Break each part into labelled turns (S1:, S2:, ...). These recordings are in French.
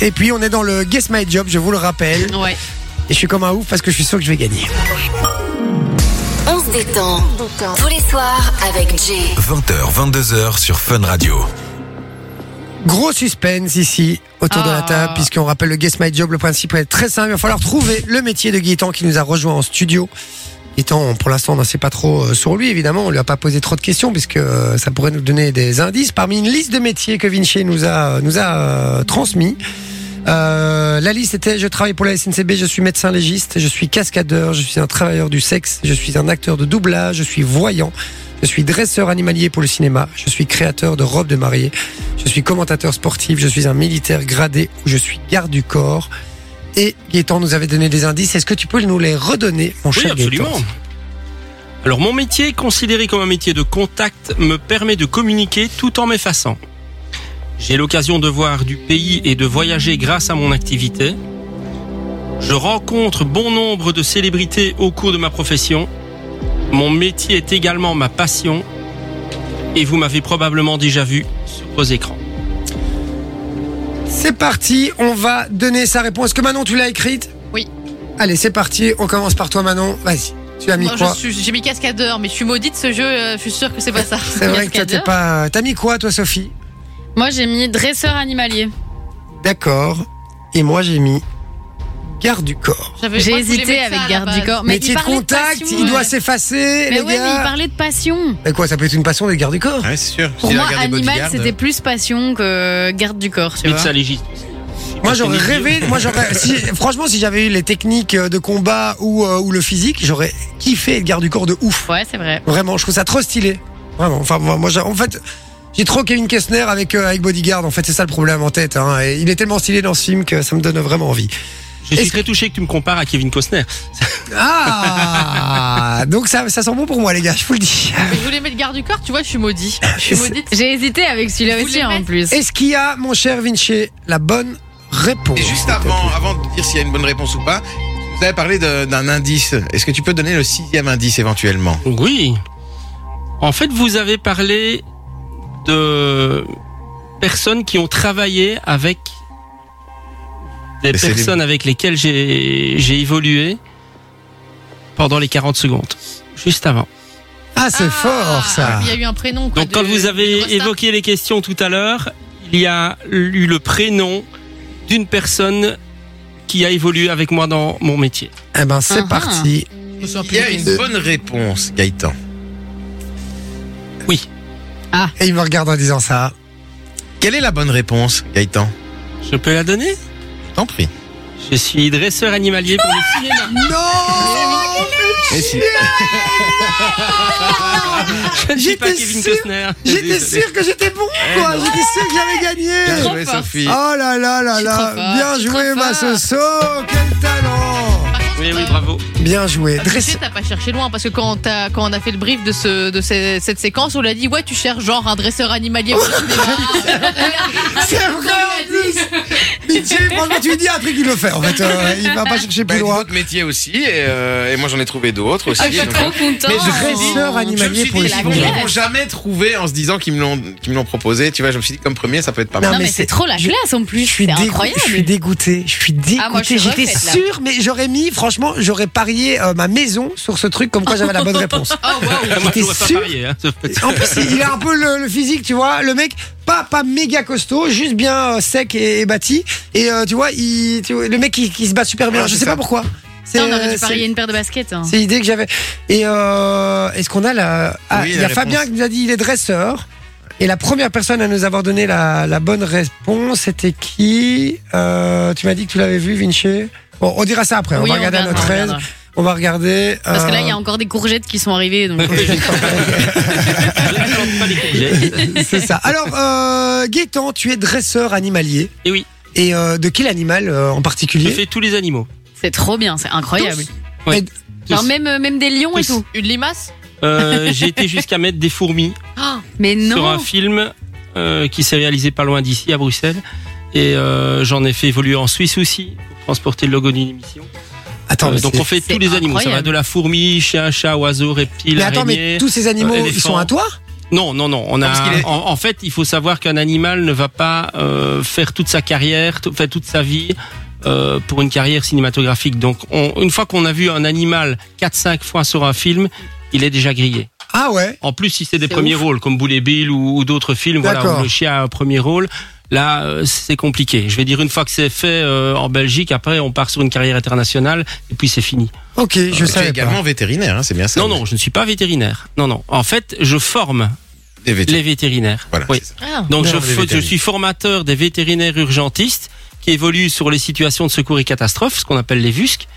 S1: Et puis on est dans le Guess My Job, je vous le rappelle.
S2: Ouais.
S1: Et je suis comme un ouf parce que je suis sûr que je vais gagner.
S3: On se détend tous les soirs avec Jay.
S4: 20h, 22h sur Fun Radio.
S1: Gros suspense ici autour de la
S2: Ah.
S1: table puisqu'on rappelle le Guess My Job. Le principe est très simple. Il va falloir trouver le métier de Gaëtan qui nous a rejoint en studio. Gaëtan, on- pour l'instant, on n'en sait pas trop euh, sur lui, évidemment. On lui a pas posé trop de questions puisque euh, ça pourrait nous donner des indices parmi une liste de métiers que Vinci nous a, nous a euh, transmis. Euh, la liste était je travaille pour la SNCB, je suis médecin légiste, je suis cascadeur, je suis un travailleur du sexe, je suis un acteur de doublage, je suis voyant, je suis dresseur animalier pour le cinéma, je suis créateur de robes de mariée, je suis commentateur sportif, je suis un militaire gradé ou je suis garde du corps. Et Gaëtan nous avait donné des indices. Est-ce que tu peux nous les redonner, mon
S5: Oui,
S1: cher
S5: absolument.
S1: Gaëtan
S5: Alors, mon métier, considéré comme un métier de contact, me permet de communiquer tout en m'effaçant. J'ai l'occasion de voir du pays et de voyager grâce à mon activité. Je rencontre bon nombre de célébrités au cours de ma profession. Mon métier est également ma passion. Et vous m'avez probablement déjà vu sur vos écrans.
S1: C'est parti, on va donner sa réponse. Est-ce que Manon, tu l'as écrite
S2: Oui.
S1: Allez, c'est parti, on commence par toi, Manon. Vas-y, tu as mis
S2: Moi, je
S1: quoi
S2: suis- j'ai mis cascadeur, mais je suis maudite ce jeu. euh, je suis sûre que c'est pas ça.
S1: C'est vrai que toi, t'es
S6: cascadeur.
S1: pas. T'as mis quoi, toi, Sophie
S6: Moi, j'ai mis dresseur animalier.
S1: D'accord. Et moi, j'ai mis garde du corps.
S2: J'avais-
S6: J'ai
S2: moi, je voulais
S6: hésité
S2: mettre
S6: avec
S2: ça à la
S6: garde du
S2: base.
S6: corps. Mais
S1: Métier
S6: il
S1: de
S6: parlait
S1: contact,
S6: passion,
S1: Oh, il doit
S6: ouais.
S1: s'effacer,
S6: Mais
S1: les
S6: ouais, mais il
S1: gars.
S6: parlait de passion.
S1: Mais quoi, ça peut être une passion des gardes du corps
S7: Ouais, c'est sûr.
S6: Pour
S7: Si
S6: moi,
S7: la garde des
S6: animal,
S7: bodyguards-
S6: c'était plus passion que garde du corps, tu vois.
S5: Pizza légiste.
S1: Moi,
S5: Parce que
S1: j'aurais
S5: Nicky-
S1: rêvé. Moi, j'aurais. si- franchement, si j'avais eu les techniques de combat ou, euh, ou le physique, j'aurais kiffé être garde du corps de ouf.
S6: Ouais, c'est vrai.
S1: Vraiment, je trouve ça trop stylé. Vraiment. Enfin, moi, moi, j'ai- en fait. J'ai trop Kevin Kessner avec, euh, avec Bodyguard, en fait, c'est ça le problème en tête. hein. Et il est tellement stylé dans ce film que ça me donne vraiment envie.
S5: Je suis
S1: Est-ce-
S5: très touché que tu me compares à Kevin Costner.
S1: Ah Donc ça, ça sent bon pour moi, les gars, je vous le dis.
S2: Mais je voulais mettre garde du corps, tu vois, je suis maudite. Je suis maudite.
S6: J'ai hésité avec celui-là
S2: Vous
S6: aussi hein,
S2: les
S6: en
S2: mettez
S6: plus.
S1: Est-ce qu'il y a, mon cher Vinci, la bonne réponse
S7: Et juste avant, avant de dire s'il y a une bonne réponse ou pas, tu nous avais parlé de- d'un indice. Est-ce que tu peux donner le sixième indice éventuellement
S5: Oui. En fait, vous avez parlé de personnes qui ont travaillé avec des
S7: Mais c'est
S5: personnes avec lesquelles j'ai j'ai évolué pendant les 40 secondes, juste avant.
S1: Ah, c'est
S2: Ah,
S1: fort ça.
S2: Il y a eu un prénom.
S1: Ah,
S2: quoi,
S5: Donc
S2: de-
S5: quand vous
S2: d'une
S5: avez
S2: resta.
S5: évoqué les questions tout à l'heure, il y a eu le prénom d'une personne qui a évolué avec moi dans mon métier.
S1: Eh ben, c'est
S6: Ah, ah.
S1: parti.
S2: Je me souviens
S7: Il y a
S2: plus.
S7: une bonne réponse, Gaëtan.
S1: Et il me regarde en disant ça.
S7: Quelle est la bonne réponse, Gaëtan
S5: Je peux la donner
S7: Je t'en prie.
S5: Je suis dresseur animalier pour les cinémas.
S1: Non
S7: Mais si-
S5: Je ne suis pas
S1: J'étais
S5: Kevin
S1: sûr.
S5: Costner.
S1: J'étais
S5: Désolé.
S1: sûr que j'étais bon, quoi. J'étais sûr que j'avais
S7: Eh Bien
S1: gagné.
S7: joué,
S6: forte.
S7: Sophie.
S1: Oh là là là
S2: suis
S1: là.
S2: trop fort,
S1: Bien
S2: je suis
S1: joué,
S2: trop
S1: ma
S2: fort.
S1: Soso. Quel talent.
S2: Par contre,
S5: Oui, oui,
S2: euh,
S5: bravo.
S1: Bien joué.
S2: Tu sais,
S1: Dressé.
S2: t'as pas cherché loin parce que quand, t'as- quand on a fait le brief de, ce, de ce- cette séquence, on l'a dit Ouais, tu cherches genre un dresseur animalier pour le cinéma.
S1: C'est vrai en plus. Vinci, franchement, tu lui dis un truc, il le fait. En fait, Euh, il va pas chercher
S7: Bah,
S1: plus
S7: il y a
S1: loin.
S7: d'autres métiers aussi, et, euh, et moi j'en ai trouvé d'autres aussi.
S6: Ah, je suis
S7: donc-
S6: trop content.
S7: Mais je
S1: Dresseur Oh. animalier pour les
S6: la
S7: ils vont-
S1: filles.
S6: classe.
S7: ils vont jamais trouvé en se disant qu'ils me l'ont qu'ils me l'ont proposé. Tu vois, je me suis dit comme premier, ça peut être pas mal.
S1: Non,
S6: Non,
S1: mais
S6: mais
S1: c'est-
S6: c'est trop la
S1: je-
S6: classe en
S1: Je
S6: plus.
S1: suis,
S6: C'est
S1: dégo-
S6: incroyable.
S1: je suis dégoûté, je suis dégoûté.
S6: Ah, moi, je suis
S1: J'étais
S6: refaite, là.
S1: sûr, mais j'aurais mis, franchement, j'aurais parié euh, ma maison sur ce truc comme quoi j'avais la bonne réponse.
S5: Moi,
S1: J'étais
S5: je n'aurais pas
S1: sûr.
S5: parié. Hein.
S1: En plus, il il a un peu le, le physique, tu vois, le mec, pas, pas méga costaud, juste bien euh, sec et, et bâti. Et euh, tu vois, il, tu vois, le mec qui, qui se bat super bien.
S6: Ah,
S7: Ouais,
S1: je
S7: c'est
S1: sais
S7: ça.
S1: pas pourquoi. C'est
S6: Putain, on aurait
S1: euh,
S6: dû parier une paire de baskets. hein.
S1: c'est- c'est l'idée que j'avais. Et euh, est-ce qu'on a la. Ah,
S7: Oui,
S1: il y
S7: la
S1: a
S7: réponse.
S1: Fabien qui nous a dit il est dresseur. Et la première personne à nous avoir donné la, la bonne réponse, c'était qui Euh, Tu m'as dit que tu l'avais vu, Vinci Bon, on dira ça après. on
S6: Oui,
S1: va regarder à
S6: verra,
S1: notre
S6: on
S1: aise.
S6: verra.
S1: On va regarder.
S6: Parce que là,
S1: euh,
S6: il y a encore des courgettes qui sont arrivées. Donc...
S5: Je ne plante pas les courgettes.
S1: C'est ça. Alors, euh, Gaëtan, tu es dresseur animalier.
S5: Et Eh oui,
S1: Et euh, de quel animal euh, en
S5: je
S1: particulier
S5: fais tous les animaux.
S6: C'est trop bien, c'est incroyable.
S5: Ouais.
S6: Genre
S5: Tous.
S6: même, euh, même des lions et
S5: Tous.
S6: tout.
S2: Une limace
S5: Euh, J'ai été jusqu'à mettre des fourmis
S6: Oh, Mais
S5: sur
S6: non,
S5: un film euh, qui s'est réalisé pas loin d'ici, à Bruxelles. Et euh, j'en ai fait évoluer en Suisse aussi pour transporter le logo d'une émission.
S1: Attends,
S5: Euh,
S1: mais
S5: donc
S1: c'est-
S5: on fait
S6: c'est
S5: tous les animaux. Ça va
S6: incroyable.
S5: de la fourmi, chien, chat, oiseau, reptile,
S1: mais attends,
S5: araignée.
S1: mais tous ces animaux,
S5: euh,
S1: ils sont
S5: éléphant.
S1: à toi
S5: Non, non, non. On a,
S7: parce qu'il est-
S5: en, en fait, il faut savoir qu'un animal ne va pas euh, faire toute sa carrière, tout- faire toute sa vie euh, pour une carrière cinématographique. Donc, on- une fois qu'on a vu un animal 4-5 fois sur un film, il est déjà grillé.
S1: Ah ouais
S5: En plus, si c'est des
S2: C'est
S5: premiers rôles, comme Boulet Bill ou, ou d'autres films, voilà,
S1: D'accord.
S5: où le chien a un premier rôle, là, euh, c'est compliqué. Je vais dire, une fois que c'est fait euh, en Belgique, après, on part sur une carrière internationale, et puis c'est fini.
S1: Ok, je
S5: Euh,
S7: Mais tu es
S1: savais
S7: également
S1: pas.
S7: vétérinaire, hein, c'est bien ça.
S5: Non, non, je ne suis pas vétérinaire. Non, non. En fait, je forme
S7: Des vétérinaires.
S5: les vétérinaires.
S7: Voilà.
S5: Oui.
S7: c'est ça.
S2: Ah.
S5: Donc je,
S7: Vers les
S5: fais- je
S7: vétérinaires.
S5: suis formateur des vétérinaires urgentistes qui évoluent sur les situations de secours et catastrophes, ce qu'on appelle les VUSC.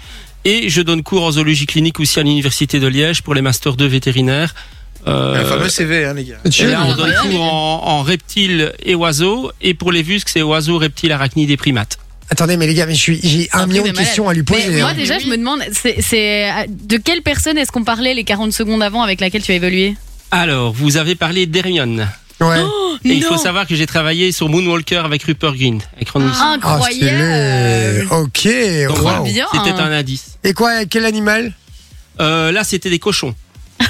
S5: Et je donne cours en zoologie clinique aussi à l'université de Liège pour les masters 2 vétérinaires. Euh,
S7: Un fameux CV, hein, les gars.
S5: et là, on
S2: Ah,
S5: donne
S2: ouais.
S5: cours en, en reptiles et oiseaux. Et pour les VUSC, c'est oiseaux, reptiles, arachnides et primates.
S1: Attendez, mais les gars, mais je suis- j'ai un
S2: Un
S1: million de
S2: truc de
S1: questions à lui
S6: Mais
S1: poser.
S6: moi
S1: hein.
S6: déjà je me demande, c'est- c'est à- de quelle personne est-ce qu'on parlait les 40 secondes avant avec laquelle tu as évolué
S5: Alors, vous avez parlé d'Hermione.
S1: Ouais.
S5: Et il faut savoir que j'ai travaillé sur Moonwalker avec Rupert Green. avec Ron Wilson.
S1: Ah, stylé.
S6: Incroyable.
S1: Ok.
S5: Donc
S1: wow.
S5: voilà,
S6: bien.
S5: c'était un indice.
S1: Et quoi, quel animal
S5: Euh, là, c'était des cochons.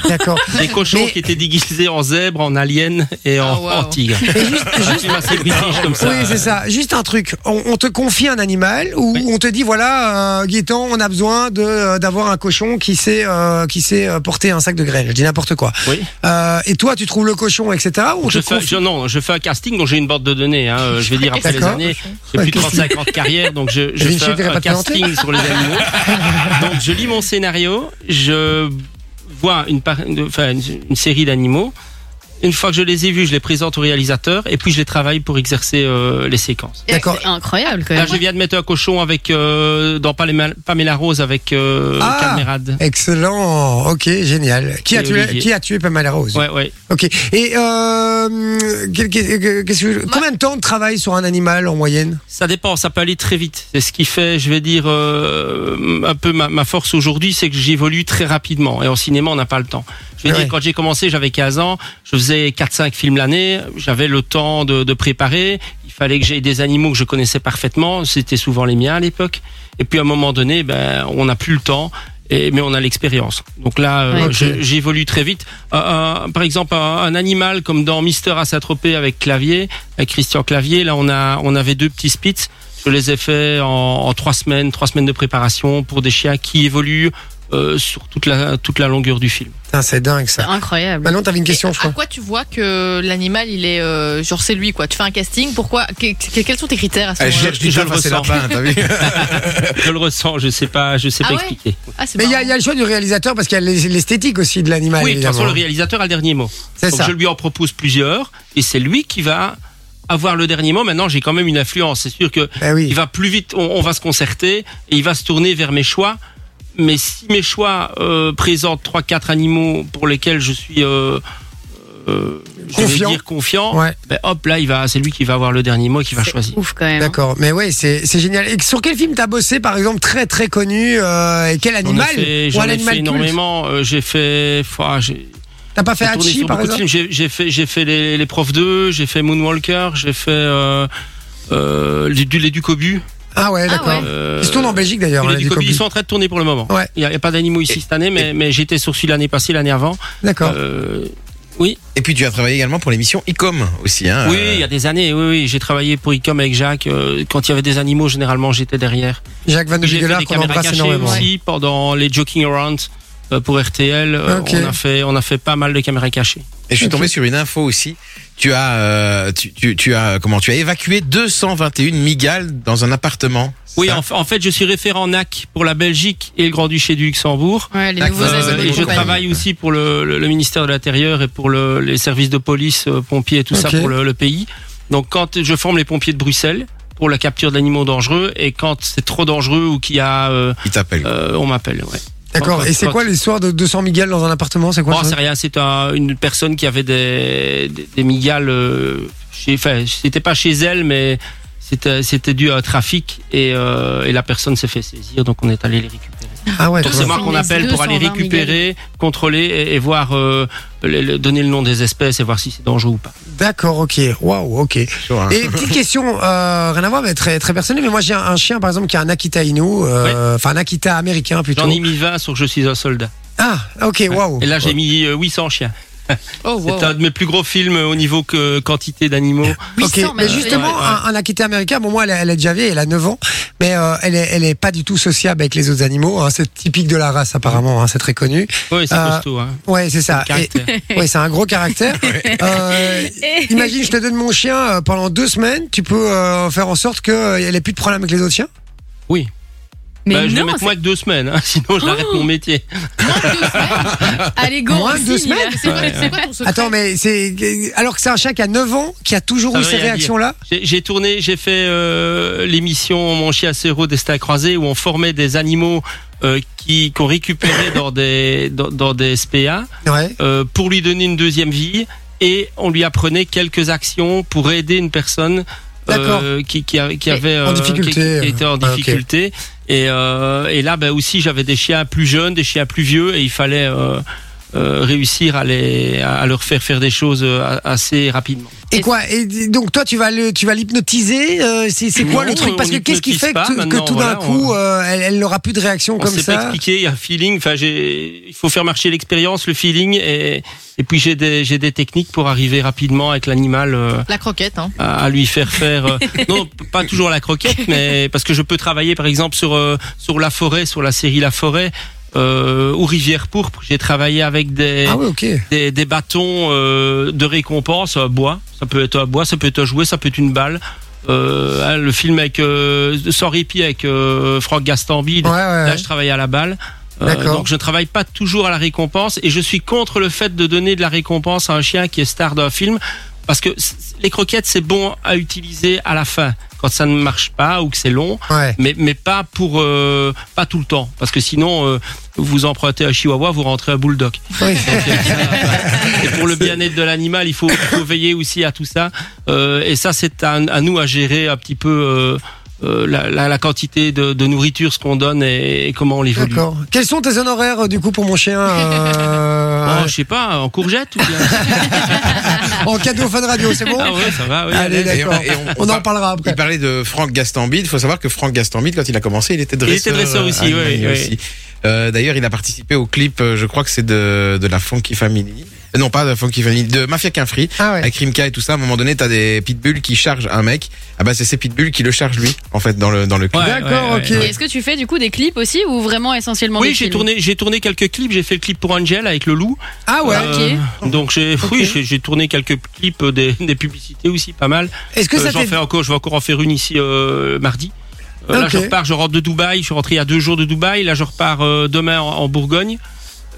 S1: D'accord.
S5: Des cochons
S1: Mais-
S5: qui étaient déguisés en zèbre, en alien et en,
S2: Ah, wow.
S5: en tigre. Tu m'as assez british comme ça.
S1: Oui, c'est ça. Juste un truc. On, on te confie un animal ou on te dit voilà, euh, Gaëtan, on a besoin de euh, d'avoir un cochon qui sait euh, qui sait euh, porter un sac de graines. Je dis n'importe quoi.
S5: Oui.
S1: Euh, et toi, tu trouves le cochon, etc. Ou on
S5: Je
S1: te
S5: fais,
S1: confie-
S5: je- non, je fais un casting, donc j'ai une borne de données. Hein, euh, je vais dire après les
S1: D'accord.
S5: années, j'ai plus de
S1: Qu'est-ce que-
S5: 35 ans de carrière, donc je, je
S1: Vinci,
S5: fais
S1: t'aurais
S5: un,
S1: pas te
S5: casting sur les animaux. Donc je lis mon scénario, je vois une, par- une- enfin, une, une série d'animaux. Une fois que je les ai vus, je les présente au réalisateur et puis je les travaille pour exercer euh, les séquences.
S1: D'accord.
S6: C'est incroyable
S1: Ben
S6: quand
S5: Là,
S6: même.
S5: je viens de mettre un cochon avec euh, dans Pamela Pamela Rose avec euh,
S1: Ah.
S5: Camerade.
S1: Excellent. Ok, génial. Qui a
S5: Et
S1: tué
S5: Olivier.
S1: Qui a tué Pamela Rose
S5: Ouais, ouais.
S1: Ok. Et euh, quel- quel- qu'est-ce que- combien de temps de travail sur un animal en moyenne
S5: Ça dépend, ça peut aller très vite. C'est ce qui fait, je vais dire, euh, un peu ma, ma force aujourd'hui, c'est que j'évolue très rapidement. Et en cinéma, on n'a pas le temps. Je vais
S1: Ouais.
S5: dire, quand j'ai commencé, j'avais 15 ans, je faisais 4-5 films l'année, j'avais le temps de, de préparer, il fallait que j'aie des animaux que je connaissais parfaitement, c'était souvent les miens à l'époque. Et puis à un moment donné, ben, on n'a plus le temps. Et, mais on a l'expérience. Donc là, euh,
S1: Ouais.
S5: je- j'évolue très vite. Euh, un- par exemple, un, un animal comme dans Mister à Saint-Tropez avec Clavier, avec Christian Clavier, là on a, on avait deux petits spits. Je les ai faits en, en trois semaines, trois semaines de préparation pour des chiens qui évoluent euh, sur toute la toute la longueur du film.
S1: Putain, C'est dingue
S6: C'est
S1: ça.
S6: incroyable.
S1: Manon, t'avais une question, je
S2: à
S5: Ah,
S1: crois.
S2: quoi tu vois que l'animal il est euh, genre c'est lui quoi Tu fais un casting, pourquoi que- que- Quels sont tes critères à ce
S7: Allez, Eh, je,
S2: moment-là
S7: je dis
S5: je
S7: pas
S5: le
S7: le
S5: ressens.
S7: lapin, t'as vu
S5: Je le ressens, je sais pas, je sais
S2: Ah
S5: pas
S2: ouais
S5: expliquer.
S2: Ah c'est
S1: Mais il y, a-
S2: marrant.
S1: il y a le choix du réalisateur parce qu'il y a l'es- l'esthétique aussi de l'animal.
S5: oui, de toute façon,
S1: évidemment.
S5: le réalisateur a le dernier mot.
S1: C'est
S5: Donc
S1: ça.
S5: je lui en propose plusieurs et c'est lui qui va avoir le dernier mot. Maintenant, j'ai quand même une influence. C'est sûr que
S1: Ben oui.
S5: il va plus vite, on, on va se concerter et il va se tourner vers mes choix. Mais si mes choix euh, présentent trois quatre animaux pour lesquels je suis euh, euh, je vais
S1: Confiant.
S5: dire confiant,
S1: Ouais.
S5: ben hop là, il va, c'est lui qui va avoir le dernier mot, qui va
S6: C'est
S5: choisir.
S6: Ouf quand même.
S1: D'accord, mais ouais, c'est c'est génial. Et sur quel film t'as bossé, par exemple, très très connu euh, Et quel
S5: J'en ai
S1: animal
S5: fait,
S1: Ou
S5: j'en
S1: un
S5: ai fait
S1: animal culte
S5: énormément. euh, j'ai fait, ouah, j'ai
S1: T'as pas fait
S5: j'ai tourné
S1: Hachi,
S5: sur
S1: par
S5: beaucoup de
S1: exemple
S5: films. J'ai j'ai fait, j'ai fait les, les profs 2, j'ai fait Moonwalker, j'ai fait euh, euh, les, du- les Ducobu.
S1: Ah ouais,
S2: Ah
S1: d'accord.
S2: ouais.
S5: Euh,
S1: Ils se tournent en Belgique d'ailleurs,
S5: les
S1: hein, les
S5: Ducobu,
S1: Ducobu.
S5: ils sont en train de tourner pour le moment.
S1: Ouais.
S5: Il n'y a, il y a pas d'animaux ici cette année, mais, mais j'étais sur celui l'année passée, l'année avant.
S1: D'accord.
S5: Euh,
S7: Et puis tu as travaillé également pour l'émission Icom aussi. Hein,
S5: Oui,
S7: euh,
S5: il y a des années. Oui, oui, j'ai travaillé pour Icom avec Jacques. euh, quand il y avait des animaux, généralement, j'étais derrière.
S1: Jacques Van de
S5: J'ai fait
S1: Bigelaar
S5: des
S1: qu'on
S5: caméras
S1: embrasse
S5: cachées
S1: énormément.
S5: aussi pendant les joking around euh, pour RTL. euh,
S1: Ok.
S5: on a fait, on a fait pas mal de caméras cachées.
S7: Et je suis
S1: Ok.
S7: tombé sur une info aussi. Tu as, euh, tu, tu, tu as, comment, tu as évacué 221 migales dans un appartement.
S5: Oui,
S7: Ça,
S5: en, fa- en fait, je suis référent NAC pour la Belgique et le Grand-Duché du Luxembourg.
S6: Ouais, les
S7: D'accord.
S6: nouveaux
S7: Euh,
S6: animaux de
S5: et je
S6: compagnie.
S5: travaille aussi pour le, le- le ministère de l'Intérieur et pour le- les services de police, euh, pompiers et tout
S1: Ok.
S5: ça pour le, le pays. Donc quand je forme les pompiers de Bruxelles pour la capture d'animaux dangereux et quand c'est trop dangereux ou qu'il y a, euh,
S7: il t'appelle.
S5: euh, on m'appelle. Ouais.
S1: D'accord.
S5: Quand-
S1: Et c'est
S5: quand-
S1: quoi l'histoire de 200 migales dans un appartement C'est quoi
S5: Oh,
S1: ça
S5: c'est rien, c'est un- une personne qui avait des, des, des migales. euh, chez, enfin, c'était pas chez elle, mais c'était, c'était dû à un trafic et, euh, et la personne s'est fait saisir, donc on est allé les récupérer.
S1: Ah ouais,
S5: Donc
S1: d'accord.
S5: c'est moi
S6: sont
S5: qu'on
S6: les
S5: appelle pour aller
S6: 220
S5: récupérer, contrôler et, et voir, euh, le- le- donner le nom des espèces et voir si c'est dangereux ou pas.
S1: D'accord, ok. Waouh, ok.
S7: Chaud, hein.
S1: Et petite question, euh, rien à voir, mais très très personnelle. Mais moi j'ai un, un chien par exemple qui a un Akita Inu, euh, enfin un Akita américain plutôt.
S5: J'en ai mis 20 sur Je suis un soldat.
S1: Ah, ok, waouh.
S5: Et là j'ai mis euh, 800 chiens.
S2: Oh, wow.
S5: C'est un de mes plus gros films euh, au niveau que quantité d'animaux.
S1: Ok, bah,
S6: 800
S1: mais
S6: même, je veux
S1: justement,
S5: dire. Ouais,
S1: un, un acquitté américain, bon, moi, elle, a- elle est déjà vieille, elle a 9 ans, mais euh, elle, est, elle est pas du tout sociable avec les autres animaux. hein. c'est typique de la race, apparemment, hein, c'est très connu.
S5: Oui, c'est
S1: Euh,
S5: costaud. Hein.
S1: Ouais, c'est ça. Et-
S5: Caractère.
S1: ouais, c'est un gros caractère. Euh, imagine, je te donne mon chien euh, pendant deux semaines, tu peux euh, faire en sorte qu'elle ait plus de problème avec les autres chiens
S5: Oui.
S6: Mais
S5: Bah, je vais
S6: non, Oh.
S5: mettre moins que deux semaines, hein, sinon j'arrête mon métier.
S6: c'est- allez go,
S1: Moins
S6: on
S1: de deux
S6: signe, là.
S1: semaines
S2: C'est quoi, c'est quoi ton secret
S1: Attends, mais c'est. Alors que c'est un chien qui a 9 ans, qui a toujours
S5: Ça
S1: eu
S5: veut
S1: ces
S5: rien dire.
S1: réactions-là
S5: J'ai j'ai tourné, j'ai fait euh, l'émission Mon chien Céro Destin croisé où on formait des animaux euh, qui qu'on récupérait dans des dans, dans des SPA
S1: Ouais.
S5: euh, pour lui donner une deuxième vie et on lui apprenait quelques actions pour aider une personne euh, qui qui, a- qui
S2: Et
S5: avait euh, qui-
S1: difficulté,
S5: qui était
S1: euh,
S5: en
S1: ah, ok.
S5: difficulté et euh, et là ben aussi j'avais des chiens plus jeunes, des chiens plus vieux et il fallait euh, euh, réussir à les à leur faire faire des choses euh, assez rapidement.
S1: Et quoi Et donc toi, tu vas le, tu vas l'hypnotiser euh, C'est c'est quoi
S5: Non,
S1: le truc Parce
S5: on
S1: que qu'est-ce qui
S5: l'hypnotise
S1: fait
S5: pas,
S1: que, que
S5: maintenant,
S1: tout d'un
S5: voilà, on-
S1: coup, euh, elle, elle n'aura plus de réaction
S5: On
S1: comme
S5: sait pas
S1: ça
S5: expliquer, il y a un feeling, enfin j'ai il faut faire marcher l'expérience, le feeling et et puis j'ai des j'ai des techniques pour arriver rapidement avec l'animal euh,
S2: La croquette, hein.
S5: à, à lui faire faire euh, non, p- pas toujours la croquette mais parce que je peux travailler par exemple sur euh, sur la forêt, sur la série La forêt euh, ou Rivière pourpre, j'ai travaillé avec des
S1: Ah ouais, ok.
S5: des, des bâtons euh, de récompense à bois. Ça peut être à bois, ça peut être à jouet, ça peut être une balle. Euh, hein, le film avec euh, Sans répit avec euh, Franck Gastambide.
S1: Ouais, ouais,
S5: Là,
S1: ouais.
S5: je travaille à la balle. Euh,
S1: Hein D'accord.
S5: donc je ne travaille pas toujours à la récompense et je suis contre le fait de donner de la récompense à un chien qui est star d'un film parce que c- les croquettes c'est bon à utiliser à la fin quand ça ne marche pas ou que c'est long
S1: Ouais.
S5: mais, mais pas pour euh, pas tout le temps parce que sinon euh, vous empruntez un chihuahua vous rentrez un bulldog
S1: Oui.
S5: et pour le bien-être de l'animal, il faut, il faut veiller aussi à tout ça. Euh, et ça, c'est à, à nous à gérer un petit peu euh, euh, la, la- la quantité de, de nourriture, ce qu'on donne et, et comment on l'évolue.
S1: D'accord. Quels sont tes honoraires euh, du coup pour mon chien euh,
S5: Oh, je sais pas, en courgette ou bien
S1: en cadeau fan radio C'est bon
S5: Ah ouais, ça va. oui,
S1: Allez,
S5: allez.
S7: Et on-
S1: d'accord.
S7: et on-
S1: On en
S7: on-
S1: parlera après.
S7: Il parlait de Franck Gastambide. Il faut savoir que Franck Gastambide, quand il a commencé, il était
S5: Il
S7: dresseur.
S5: était dresseur aussi,
S7: animalier
S5: ouais, ouais.
S7: Euh, D'ailleurs, il a participé au clip, euh, je crois que c'est de, de la Funky Family. Euh, Non, pas de la Funky Family, de Mafia Quinfree.
S1: Ah ouais.
S7: Avec Rimka et tout ça, à un moment donné, t'as des pitbulls qui chargent un mec. Ah bah, c'est ces pitbulls qui le chargent lui, en fait, dans le, dans le clip.
S5: Ouais,
S1: D'accord,
S5: ouais,
S1: ok.
S5: ouais,
S6: Et est-ce que tu fais du coup des clips aussi ou vraiment essentiellement
S5: Oui,
S6: des
S5: j'ai
S6: films
S5: tourné, j'ai tourné quelques clips. J'ai fait le clip pour Angel avec le loup.
S1: Ah ouais.
S5: Euh, Donc j'ai, oui, j'ai- j'ai tourné quelques clips euh, des, des publicités aussi, pas mal.
S1: Est-ce que
S5: Euh,
S1: ça
S5: j'en
S1: t'est
S5: fais encore, je vais encore en faire une ici euh, mardi. Euh, Là,
S1: Ok.
S5: je repars, je rentre de Dubaï. Je suis rentré il y a deux jours de Dubaï. Là, je repars euh, demain en, en Bourgogne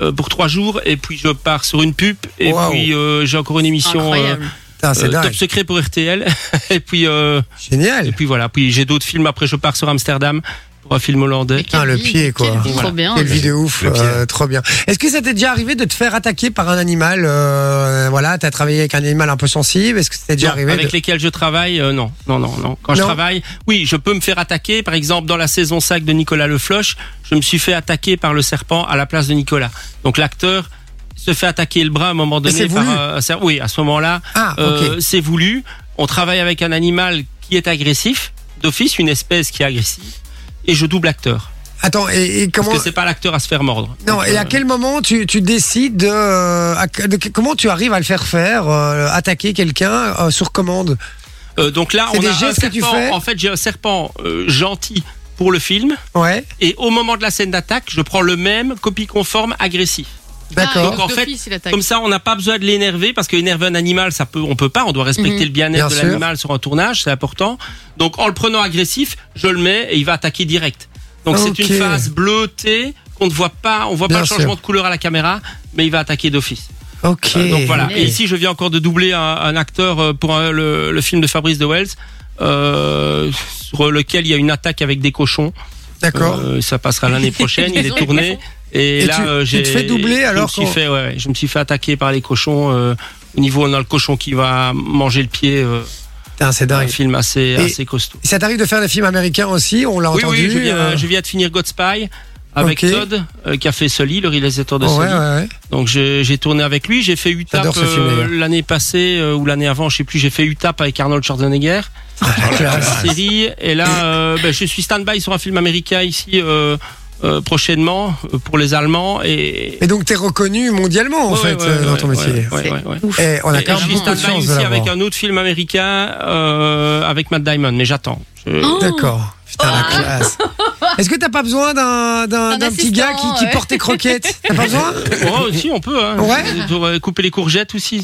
S5: euh, pour trois jours. Et puis, je pars sur une pub. Et
S1: Wow.
S5: puis, euh, j'ai encore une émission euh,
S6: Incroyable.
S1: Putain, c'est
S5: euh,
S1: dingue.
S5: Top Secret pour RTL. et puis, euh, et
S1: Génial.
S5: puis voilà. Puis, j'ai d'autres films. Après, je pars sur Amsterdam pour un film hollandais.
S1: Putain, le
S2: Quelle vie,
S1: pied, quoi.
S2: quelle vie.
S6: Trop bien.
S1: Quelle vie de ouf,
S7: Le pied.
S1: euh, trop bien. Est-ce que ça t'est déjà arrivé de te faire attaquer par un animal euh, Voilà, t'as travaillé avec un animal un peu sensible. Est-ce que ça t'est déjà
S5: Non,
S1: arrivé
S5: avec
S1: de-
S5: lesquels je travaille, euh, non, non, non, non. Quand je
S1: Non.
S5: travaille, oui, je peux me faire attaquer. Par exemple, dans la saison 5 de Nicolas Le Floch, je me suis fait attaquer par le serpent à la place de Nicolas. Donc l'acteur se fait attaquer le bras à un moment donné
S1: c'est
S5: par
S1: voulu.
S5: un serpent. Oui, à ce moment-là,
S1: Ah, ok.
S5: euh, c'est voulu. On travaille avec un animal qui est agressif, d'office, une espèce qui est agressive, et je double acteur.
S1: Attends, et, et
S5: Parce
S1: comment
S5: que c'est pas l'acteur à se faire mordre.
S1: Non,
S5: Donc,
S1: et à
S5: euh,
S1: quel moment tu, tu décides de, euh, à- de- comment tu arrives à le faire faire euh, attaquer quelqu'un euh, sur commande
S5: euh, donc là,
S1: C'est
S5: on
S1: des
S5: a un
S1: gestes que tu
S5: serpent.
S1: fais
S5: En fait, j'ai un serpent euh, gentil pour le film.
S1: Ouais,
S5: Et au moment de la scène d'attaque, je prends le même copie conforme agressif.
S2: Bah,
S1: d'accord.
S5: donc, en fait,
S2: d'office, il attaque.
S5: Comme ça, on n'a pas besoin de l'énerver parce qu'énerver un animal, ça peut, on peut pas. On doit respecter le bien-être
S1: Bien
S5: de
S1: sûr.
S5: l'animal sur un tournage, c'est important. Donc, en le prenant agressif, je le mets et il va attaquer direct. Donc,
S1: Ok.
S5: c'est une phase bleutée qu'on ne voit pas. On voit
S1: Bien
S5: pas le
S1: sûr.
S5: changement de couleur à la caméra, mais il va attaquer d'office.
S1: ok.
S5: Euh, donc voilà.
S1: ok.
S5: Et ici, je viens encore de doubler un, un acteur euh, pour euh, le, le film de Fabrice de Wells, euh, sur lequel il y a une attaque avec des cochons.
S1: D'accord.
S5: Euh, ça passera l'année prochaine. il est tourné. Et,
S1: Et
S5: là,
S1: tu-
S5: euh,
S1: tu
S5: j'ai.
S1: te fais doubler alors
S5: je me,
S1: qu'on-
S5: suis fait, ouais, ouais, je me suis fait attaquer par les cochons. euh, au niveau, on a le cochon qui va manger le pied. euh,
S1: Putain, c'est
S5: un
S1: dingue.
S5: film assez,
S1: Et-
S5: assez costaud.
S1: Ça t'arrive de faire des films américains aussi On l'a
S5: Oui,
S1: entendu.
S5: oui, je viens,
S1: euh,
S5: je viens de finir Godspy avec
S1: Ok. Oh,
S5: Todd, euh, qui a fait Sully, le réalisateur de
S1: ouais,
S5: Sully.
S1: ouais, ouais.
S5: Donc j'ai j'ai tourné avec lui, j'ai fait Utah
S1: J'adore ce film, d'ailleurs.
S5: euh, l'année passée euh, ou l'année avant, je sais plus, j'ai fait Utah avec Arnold Schwarzenegger,
S1: Classe.
S5: série et là euh, ben, je suis stand-by sur un film américain ici euh, euh, prochainement euh, pour les Allemands et.
S1: Et donc, t'es reconnu mondialement, en
S5: Ouais,
S1: fait,
S5: ouais,
S1: euh,
S5: ouais,
S1: dans ton
S5: ouais,
S1: métier.
S5: ouais, ouais, ouais.
S2: Ouf.
S1: Et Eh, on a
S5: Et
S1: quand même
S5: Harvey
S1: beaucoup de
S5: Steinlein
S1: chance
S5: ici
S1: de l'avoir.
S5: avec un autre film américain euh, avec Matt Damon, mais j'attends. Je-
S1: D'accord. Putain, la
S5: Oh.
S1: classe. Est-ce que t'as pas besoin d'un, d'un,
S6: Un
S1: d'un petit
S6: assistant,
S1: gars qui, qui
S6: ouais.
S1: porte tes croquettes T'as pas besoin
S5: Oh, si, on peut. Hein.
S1: Ouais.
S5: Pour, euh, couper les courgettes aussi.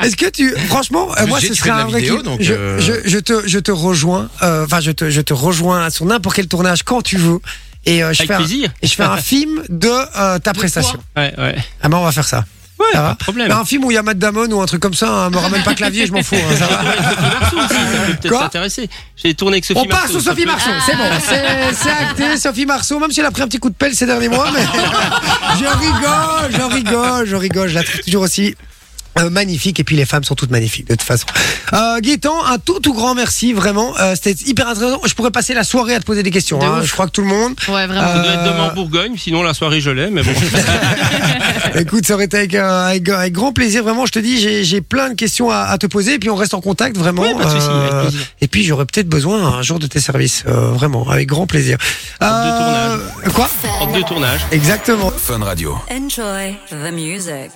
S1: Est-ce que tu, franchement, euh,
S7: Le
S1: moi,
S7: jet,
S1: ce
S7: tu
S1: serait
S7: fais de
S1: un
S7: la
S1: vrai
S7: vidéo,
S1: kiff.
S7: donc,
S1: je,
S7: euh,
S1: je, je te, je te rejoins. euh, Enfin, je te, je te rejoins sur n'importe quel tournage quand tu veux. Et euh, je,
S5: Avec
S1: fais un,
S5: plaisir.
S1: et je fais un film de euh, ta prestation.
S5: Ouais, ouais.
S1: Ah ben, on va faire ça.
S5: Ouais,
S1: Ça
S5: pas
S1: va
S5: de problème.
S1: Ben, un film où il y a Matt Damon ou un truc comme ça. hein, me ramène pas clavier, je m'en fous. hein, ça va.
S5: Avec Sophie Marceau aussi, ça peut peut-être
S1: Quoi
S5: t'intéresser. J'ai tourné avec Sophie
S1: On part
S5: Marceau,
S1: sur
S5: ça
S1: Sophie
S5: peut-
S1: Marceau, c'est bon, c'est c'est acté, Sophie Marceau, même si elle a pris un petit coup de pelle ces derniers mois, mais je rigole, je rigole, je rigole, je la trouve toujours aussi. euh, magnifique et puis les femmes sont toutes magnifiques de toute façon. Euh, Gaëtan, un tout tout grand merci vraiment. Euh, C'était hyper intéressant. Je pourrais passer la soirée à te poser des questions.
S2: De
S1: hein.
S2: ouf.
S1: Je crois que tout le monde.
S2: Ouais, vraiment.
S5: Ça doit être demain
S1: Euh,
S5: en Bourgogne, sinon la soirée je l'ai, mais bon.
S1: Bah, Écoute, ça aurait été avec, euh, avec, avec grand plaisir. Vraiment, je te dis, j'ai- j'ai plein de questions à, à te poser. Et puis on reste en contact, vraiment.
S5: Ouais, pas de souci, avec
S1: Euh,
S5: plaisir.
S1: et puis j'aurais peut-être besoin un jour de tes services. Euh, vraiment, avec grand plaisir. Euh,
S5: Hors de
S1: Quoi
S5: En deux tournages.
S1: Exactement.
S4: Fun Radio.
S8: Enjoy the music.